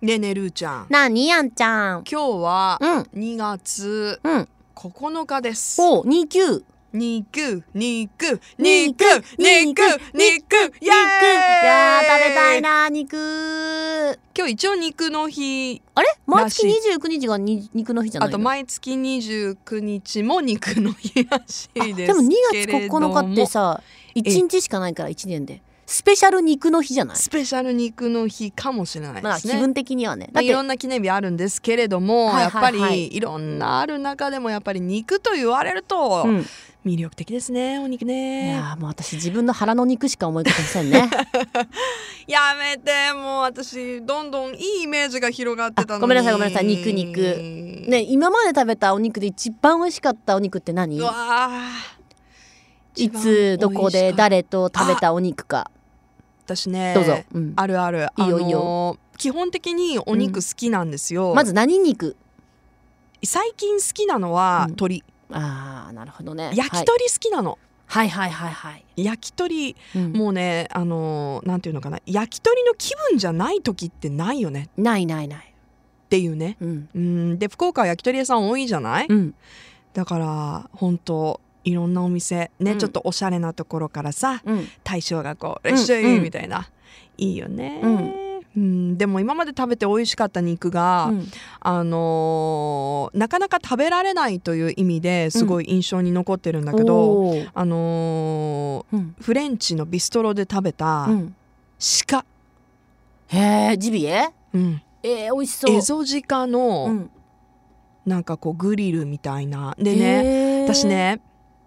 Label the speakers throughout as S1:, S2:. S1: ねえねえるーちゃん
S2: なあにやんちゃん。
S1: 今日は
S2: うん。
S1: 2月
S2: うん。
S1: 9日です
S2: おう、二九。
S1: 肉肉肉
S2: 肉
S1: 肉肉肉イエーイ
S2: 肉。いやー、食べたいな、肉。
S1: 今日一応肉の日
S2: あれ、毎月
S1: らし
S2: 二十九日がに肉の日じゃな
S1: あ
S2: いの。
S1: と毎月29日も肉の日らし
S2: あ
S1: いです
S2: でも二
S1: け
S2: 月
S1: れ
S2: 九
S1: ども
S2: 日ってさ、一日しかないから、一年で。スペシャル肉の日じゃない。
S1: スペシャル肉の日かもしれない
S2: まあ、
S1: です
S2: 気
S1: ね、
S2: 分的にはね。
S1: まあ、
S2: だっ
S1: い
S2: て
S1: ろ。んな記念日あるんですけれども、
S2: はいはいはい
S1: やっぱりいろんなある中でもやっぱり肉と言われると
S2: うん、い
S1: 魅力的ですね、お肉ね
S2: やーもう私自分の腹の肉しか思い浮かびません ね
S1: やめてもう私どんどんいいイメージが広がってたの
S2: あ
S1: に
S2: ごめんなさいごめんなさい肉肉ね
S1: ね
S2: 今まで食べたお肉で一番美味しかったお肉って何
S1: うわあ
S2: いつどこで誰と食べたお肉か
S1: 私ね
S2: どうぞ、うん、
S1: あるある
S2: いいよ
S1: あの
S2: いいよ
S1: 基本的にお肉好きなんですよ、
S2: まず何肉
S1: 最近好きなのは
S2: うん
S1: 鶏、
S2: あーなるほどね
S1: 焼き鳥好きなの、
S2: はい、はいはいはい
S1: 焼き鳥
S2: はい、うん
S1: もうねあのなんていうのかな焼き鳥の気分じゃない時ってないよね
S2: ないないない
S1: っていうね
S2: うん
S1: うんで福岡は焼き鳥屋さん多いじゃない、
S2: うん
S1: だから本当いろんなお店ね、
S2: うん
S1: ちょっとおしゃれなところからさ
S2: うん
S1: 大将がこう「
S2: うん
S1: 列車
S2: う
S1: い
S2: ん
S1: みたいな、いいよね、う
S2: うん
S1: でも今まで食べて美味しかった肉が、
S2: うん
S1: あのーなかなか食べられないという意味ですごい印象に残ってるんだけど、
S2: おー
S1: あの
S2: うん
S1: ーフレンチのビストロで食べた
S2: うん
S1: 鹿、
S2: へえジビエ
S1: うん、
S2: えー、美味しそう
S1: エゾジカの
S2: ん、
S1: なんかこうグリルみたいなでね、
S2: へー
S1: 私ね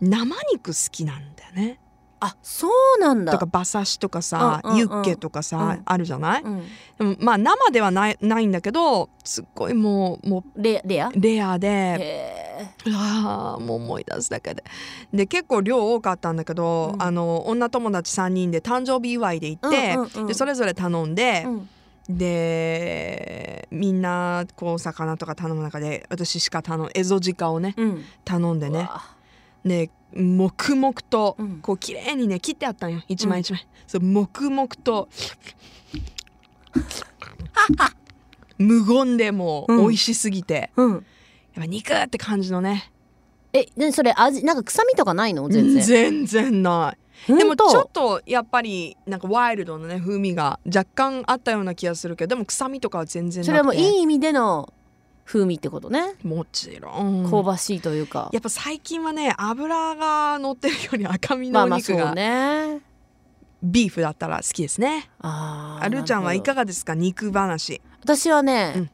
S1: 生肉好きなんだよね。
S2: あそうなんだ
S1: とか馬刺しとかさ、
S2: うんうんうん
S1: ユッケとかさ、
S2: うん
S1: あるじゃない、
S2: うん、
S1: でもまあ生ではないないんだけどすっごいもうも
S2: レレア
S1: うレアで
S2: へ
S1: うわあもう思い出すだけでで結構量多かったんだけど、
S2: うん
S1: あの女友達3人で誕生日祝いで行っ
S2: え
S1: て、
S2: うんうんうん、
S1: でそれぞれ頼んで
S2: う、ん
S1: でみんなこう魚とか頼む中で私しか頼むエゾジカをね
S2: うん
S1: 頼んで
S2: う
S1: ね
S2: わ
S1: で黙々と
S2: うん
S1: こう綺麗にね切ってあったんよ一枚一枚、そう黙々 と無言でもう
S2: うん
S1: 美味しすぎて、
S2: うん
S1: やっぱ肉って感じのね
S2: えでそれ味なんか臭みとかないの全然
S1: 全然ないでもち
S2: ほんと
S1: ょっとやっぱりなんかワイルドなね風味が若干あったような気がするけどでも臭みとかは全然なくて
S2: それはもういい意味での風味ってことね、
S1: もちろん
S2: 香ばしいというか
S1: やっぱ最近はね油が乗ってるより赤身
S2: ま
S1: の
S2: あ
S1: お
S2: まあ
S1: 肉
S2: そう
S1: が
S2: ね
S1: ビーフだったら好きですね
S2: あー
S1: あるちゃんはいか
S2: なる
S1: がですか肉話
S2: ほど私はね、
S1: うん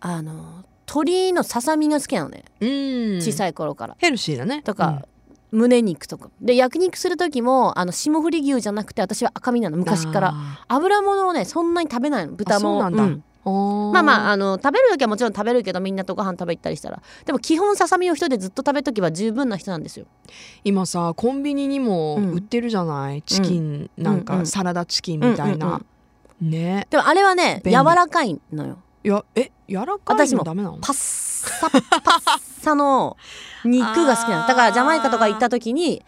S2: あの鳥のささみが好きなのね、
S1: うん
S2: 小さい頃から
S1: ヘルシーだね
S2: とか、胸肉とかで焼肉する時もあの霜降り牛じゃなくて私は赤身なの昔から
S1: ら
S2: 油物をねそんなに食べないの豚も
S1: あそうなんだ
S2: まあまあ
S1: あ
S2: あの食べる時はもちろん食べるけどみんなとご飯食べ行ったりしたらでも基本ささみを一人でずっと食べとけば十分な人なんですよ
S1: 今さコンビニにも
S2: うん
S1: 売ってるじゃない、チキンなんか、
S2: うんうん
S1: サラダチキンみたい
S2: うんうん
S1: な、ね
S2: でもあれはね
S1: 便
S2: 柔
S1: 利
S2: らかいのよ
S1: いやえ柔らかい
S2: 私
S1: の
S2: も
S1: ダメなの
S2: パッサパッサの肉が好き
S1: あ
S2: な
S1: ー
S2: のだからジャマイカとか行った時に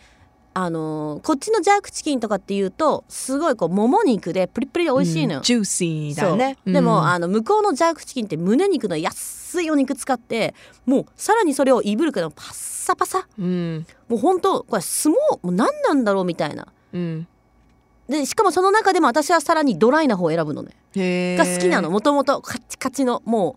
S2: あのーこっちのジャークチキンとかっていうとすごいこうもも肉でプリプリで美味しいのよ、
S1: うんジューシーだよね
S2: そうでも、
S1: うん
S2: あの向こうのジャークチキンって胸肉の安いお肉使ってもうさらにそれをいぶるけどパッサパサ
S1: うん
S2: もうほんとこれ相撲もう何なんだろうみたいな
S1: うん
S2: でしかもその中でも私はさらにドライな方を選ぶのね
S1: へー
S2: が好きなのもともとカチカチのも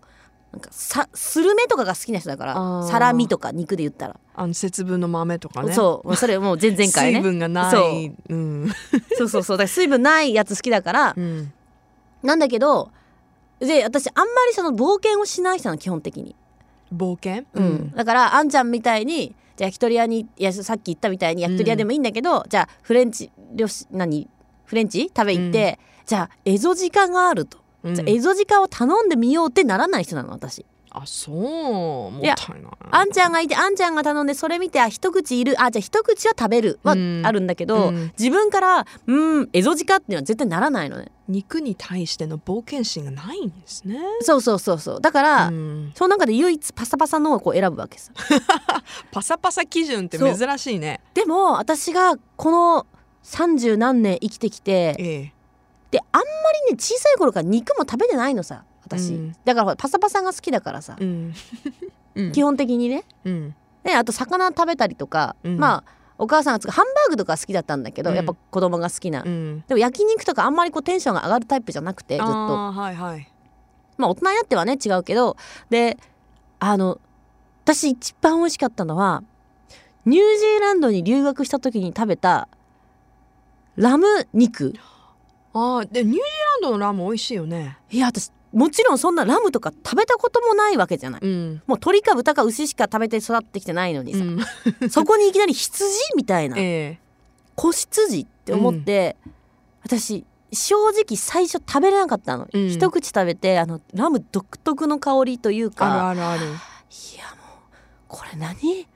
S2: うなんかさスルメとかが好きな人だか
S1: あー
S2: らサラミとか肉で言ったら、
S1: あの節分の豆とかね
S2: そうそれもう前々回
S1: 水
S2: ね
S1: 分がない、
S2: そう
S1: ん
S2: そうそうそうだから水分ないやつ好きだから
S1: うん、
S2: なんだけどで私あんまりその冒険をしない人なの基本的に、
S1: 冒険、
S2: うん、だからあんちゃんみたいにじゃあ焼き鳥屋にいやさっき言ったみたいに焼き鳥屋でもいいんだけど、じゃあフレンチ料理何フレンチ食べ行って、じゃあエゾジカがあると、
S1: うん
S2: じゃあエゾジカを頼んでみようってならない人なの私。
S1: あそうもったい
S2: や
S1: ない
S2: あんちゃんがいてあんちゃんが頼んでそれ見てあ一口いるあじゃあ一口は食べるは
S1: うん
S2: あるんだけど、
S1: うん
S2: 自分から「うんエゾジカ」っていうのは絶対ならないのね
S1: 肉に対しての冒険心がないんですね。
S2: そうそうそうそうだから、
S1: うん
S2: その中で唯一パサパサのをこう選ぶわけさ
S1: パサパサ基準って珍しいね。
S2: でも私がこの三十何年生きてきて
S1: ええ、
S2: であんまりね小さい頃から肉も食べてないのさ私、
S1: うん
S2: だからほらパサパサが好きだからさ、
S1: うん、うん
S2: 基本的にね
S1: うん
S2: ねあと魚食べたりとか、
S1: うん
S2: まあお母さんが作るハンバーグとか好きだったんだけど、
S1: うん
S2: やっぱ子供が好きな、
S1: うん
S2: でも焼肉とかあんまりこうテンションが上がるタイプじゃなくてずっと
S1: あーはいはい
S2: まあ大人になってはね違うけどであの私一番美味しかったのはニュージーランドに留学した時に食べたラム肉
S1: あーでニュージーランドのラーメン美味しいよね
S2: いや私もちろんそんなラムとか食べたこともないわけじゃない
S1: うん
S2: もう鳥か豚か牛しか食べて育ってきてないのに
S1: う
S2: さ、
S1: ん
S2: そこにいきなり羊みたいな
S1: ええ
S2: 子羊って思って、私正直最初食べれなかったの、
S1: うん
S2: 一口食べてあのラム独特の香りというか
S1: あるあるある
S2: いやもうこれ何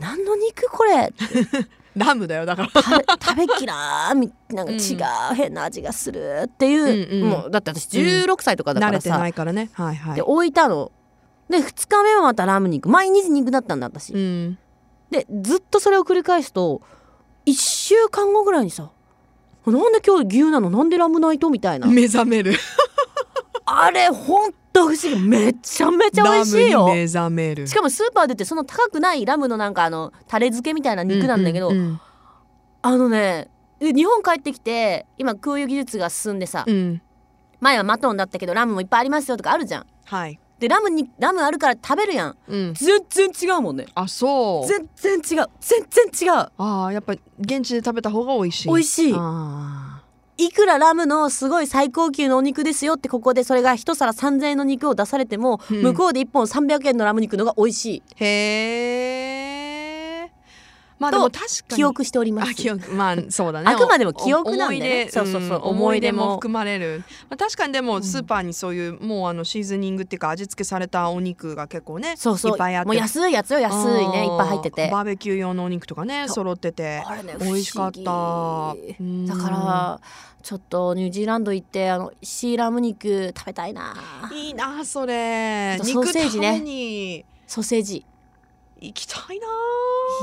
S2: 何の肉これ
S1: ラムだよだから
S2: 食べ 食べきらーみなんか違う、変な味がするっていう、
S1: うんうん
S2: もうだって私16歳とかだか
S1: 慣
S2: ら
S1: れて
S2: さ、
S1: ないからねはいはい
S2: で置いたので2日目はまたラム肉毎日肉だったんだ私、
S1: うん
S2: でずっとそれを繰り返すと1週間後ぐらいにさなんで今日牛なのなんでラムないとみたいな、
S1: 目覚める
S2: あれほんと不思議めちゃめちゃ美味しい
S1: ラ
S2: よ
S1: ムに目覚める
S2: しかもスーパーで売ってそんな高くないラムのなんかあのタレ漬けみたいな肉なんだけど、
S1: うんうん
S2: あのねえ日本帰ってきて今空輸技術が進んでさ、
S1: うんうん
S2: 前はマトンだったけどラムもいっぱいありますよとかあるじゃん
S1: はい
S2: でラムにラムあるから食べるやん
S1: うん
S2: 全然違うもんね
S1: あそう
S2: 全然違う全然違う
S1: ああやっぱ現地で食べた方が美味しい
S2: 美味しい
S1: あ
S2: いくらラムのすごい最高級のお肉ですよってここでそれが一皿3,000円の肉を出されても、
S1: うん
S2: 向こうで1本300円のラム肉の方が美味しい
S1: ーへえまあでも確かに
S2: 記憶しておりま
S1: あ
S2: す
S1: 記憶まあそうだね
S2: あくまでも記憶なんでね
S1: お思い出
S2: そうそうそうん思
S1: 思
S2: い
S1: い
S2: 出
S1: 出
S2: も
S1: も含まれる、まあ、確かにで
S2: うん
S1: もスーパーにそういう、もうあのシーズニングっていうか味付けされたお肉が結構ね
S2: そうそう
S1: いっぱいあって
S2: もう安いやつよ安いね
S1: あ
S2: い
S1: ー
S2: っぱい入ってて
S1: バーベキュー用のお肉とかね
S2: そう
S1: 揃ってて
S2: あれね不
S1: 美
S2: 思議
S1: 味しかったうん
S2: だからちょっとニュージーランド行ってあのシーラム肉食べたいない
S1: いなそれ
S2: あとソーセージ
S1: 肉
S2: ね
S1: 食べに
S2: ソーセージ
S1: 行きたいな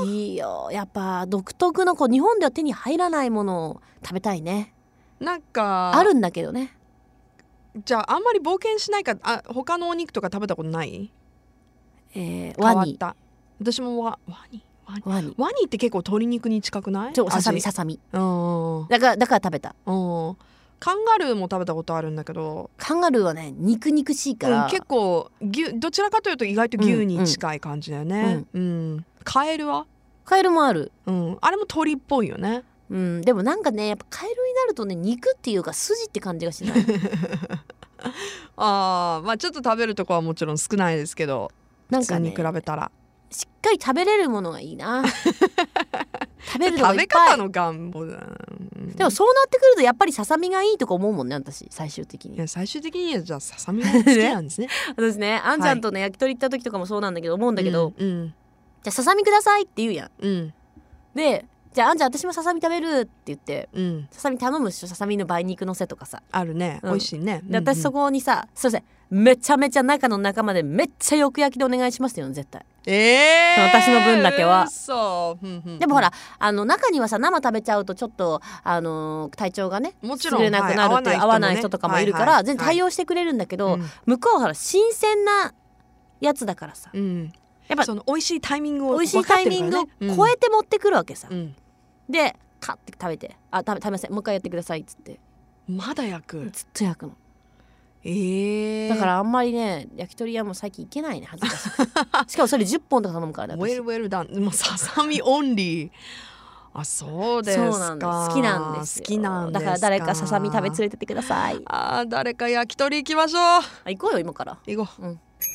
S1: い
S2: いよやっぱ独特のこう日本では手に入らないものを食べたいね
S1: なんか
S2: あるんだけどね
S1: じゃああんまり冒険しないからあ他のお肉とか食べたことない
S2: えー、ワニ
S1: 変わった私もワワニワニ
S2: ワニ
S1: ワニって結構鶏肉に近くない
S2: ちょささみ
S1: 味
S2: ささみ
S1: うんうん
S2: だからだから食べた
S1: カンガルーも食べたことあるんだけど、
S2: カンガルーはね肉肉しいか
S1: う
S2: ら、
S1: ん、結構牛どちらかというと意外と牛に近い感じだよね、うんカエルは、
S2: カエルもある、
S1: うん、あれも鳥っぽいよね
S2: うん、でもなんかねやっぱカエルになるとね肉っていうか筋って感じがしない
S1: あーまあちょっと食べるとこはもちろん少ないですけど
S2: なん
S1: 普
S2: か
S1: 通
S2: ね
S1: に比べたら、
S2: しっかり食べれるものがい いな食べるのが
S1: 食
S2: い
S1: べ
S2: っぱい
S1: 方の願望だな、うん
S2: でもそうなってくるとやっぱりささみがいいとか思うもんね私最終的
S1: い
S2: に
S1: や最終的にはじゃあささみが好きなんですね
S2: 私ねあんちゃんとね、焼き鳥行った時とかもそう なんだけど思うんだけど、じ
S1: うん
S2: ゃあささみくださいって言うやん
S1: うん
S2: でじゃああんちゃん私もささみ食べるって言って
S1: うん、うん
S2: ささみ頼むっしょささみの梅肉のせとかさ
S1: あるね、
S2: うん
S1: 美味しいね
S2: で私そ
S1: こ、
S2: こにさ、すいませんめちゃめちゃ中の中までめっちゃよく焼きでお願いしますって言うの絶対
S1: えー、
S2: 私の分だけは
S1: 嘘うんうん
S2: でもほら、あの中にはさ生食べちゃうとちょっとあのー体調がね
S1: もち
S2: 優
S1: ろん
S2: れなくなるって
S1: は
S2: いう、
S1: い
S2: 合
S1: 合
S2: わ
S1: わ
S2: な
S1: ないい
S2: 人
S1: 人
S2: と
S1: とか
S2: か
S1: ね
S2: もいるから、
S1: はいはい
S2: 全然対応してくれるんだけど、
S1: うん
S2: 向こうはほら新鮮なやつだからさ
S1: うん、
S2: やっぱ
S1: その美味しいタイミングを
S2: 美味しいタイミングを超えて持ってくるわけさ、
S1: うん
S2: でカッて食べて「あ食べ食べませんもう一回やってください」っつって
S1: まだ焼く
S2: ずっと焼くの
S1: ええ
S2: だからあんまりね焼き鳥屋も最近行けないね恥ずかし いしかもそれ10本とか頼むからね私
S1: Well well done もうささみオンリーあそうですか
S2: そうなんです好きなんですよ
S1: 好きなんです
S2: だから誰かささみ食べ連れ
S1: い
S2: てってください
S1: あー誰か焼き鳥行きましょう
S2: あ行こうよ今から
S1: 行こう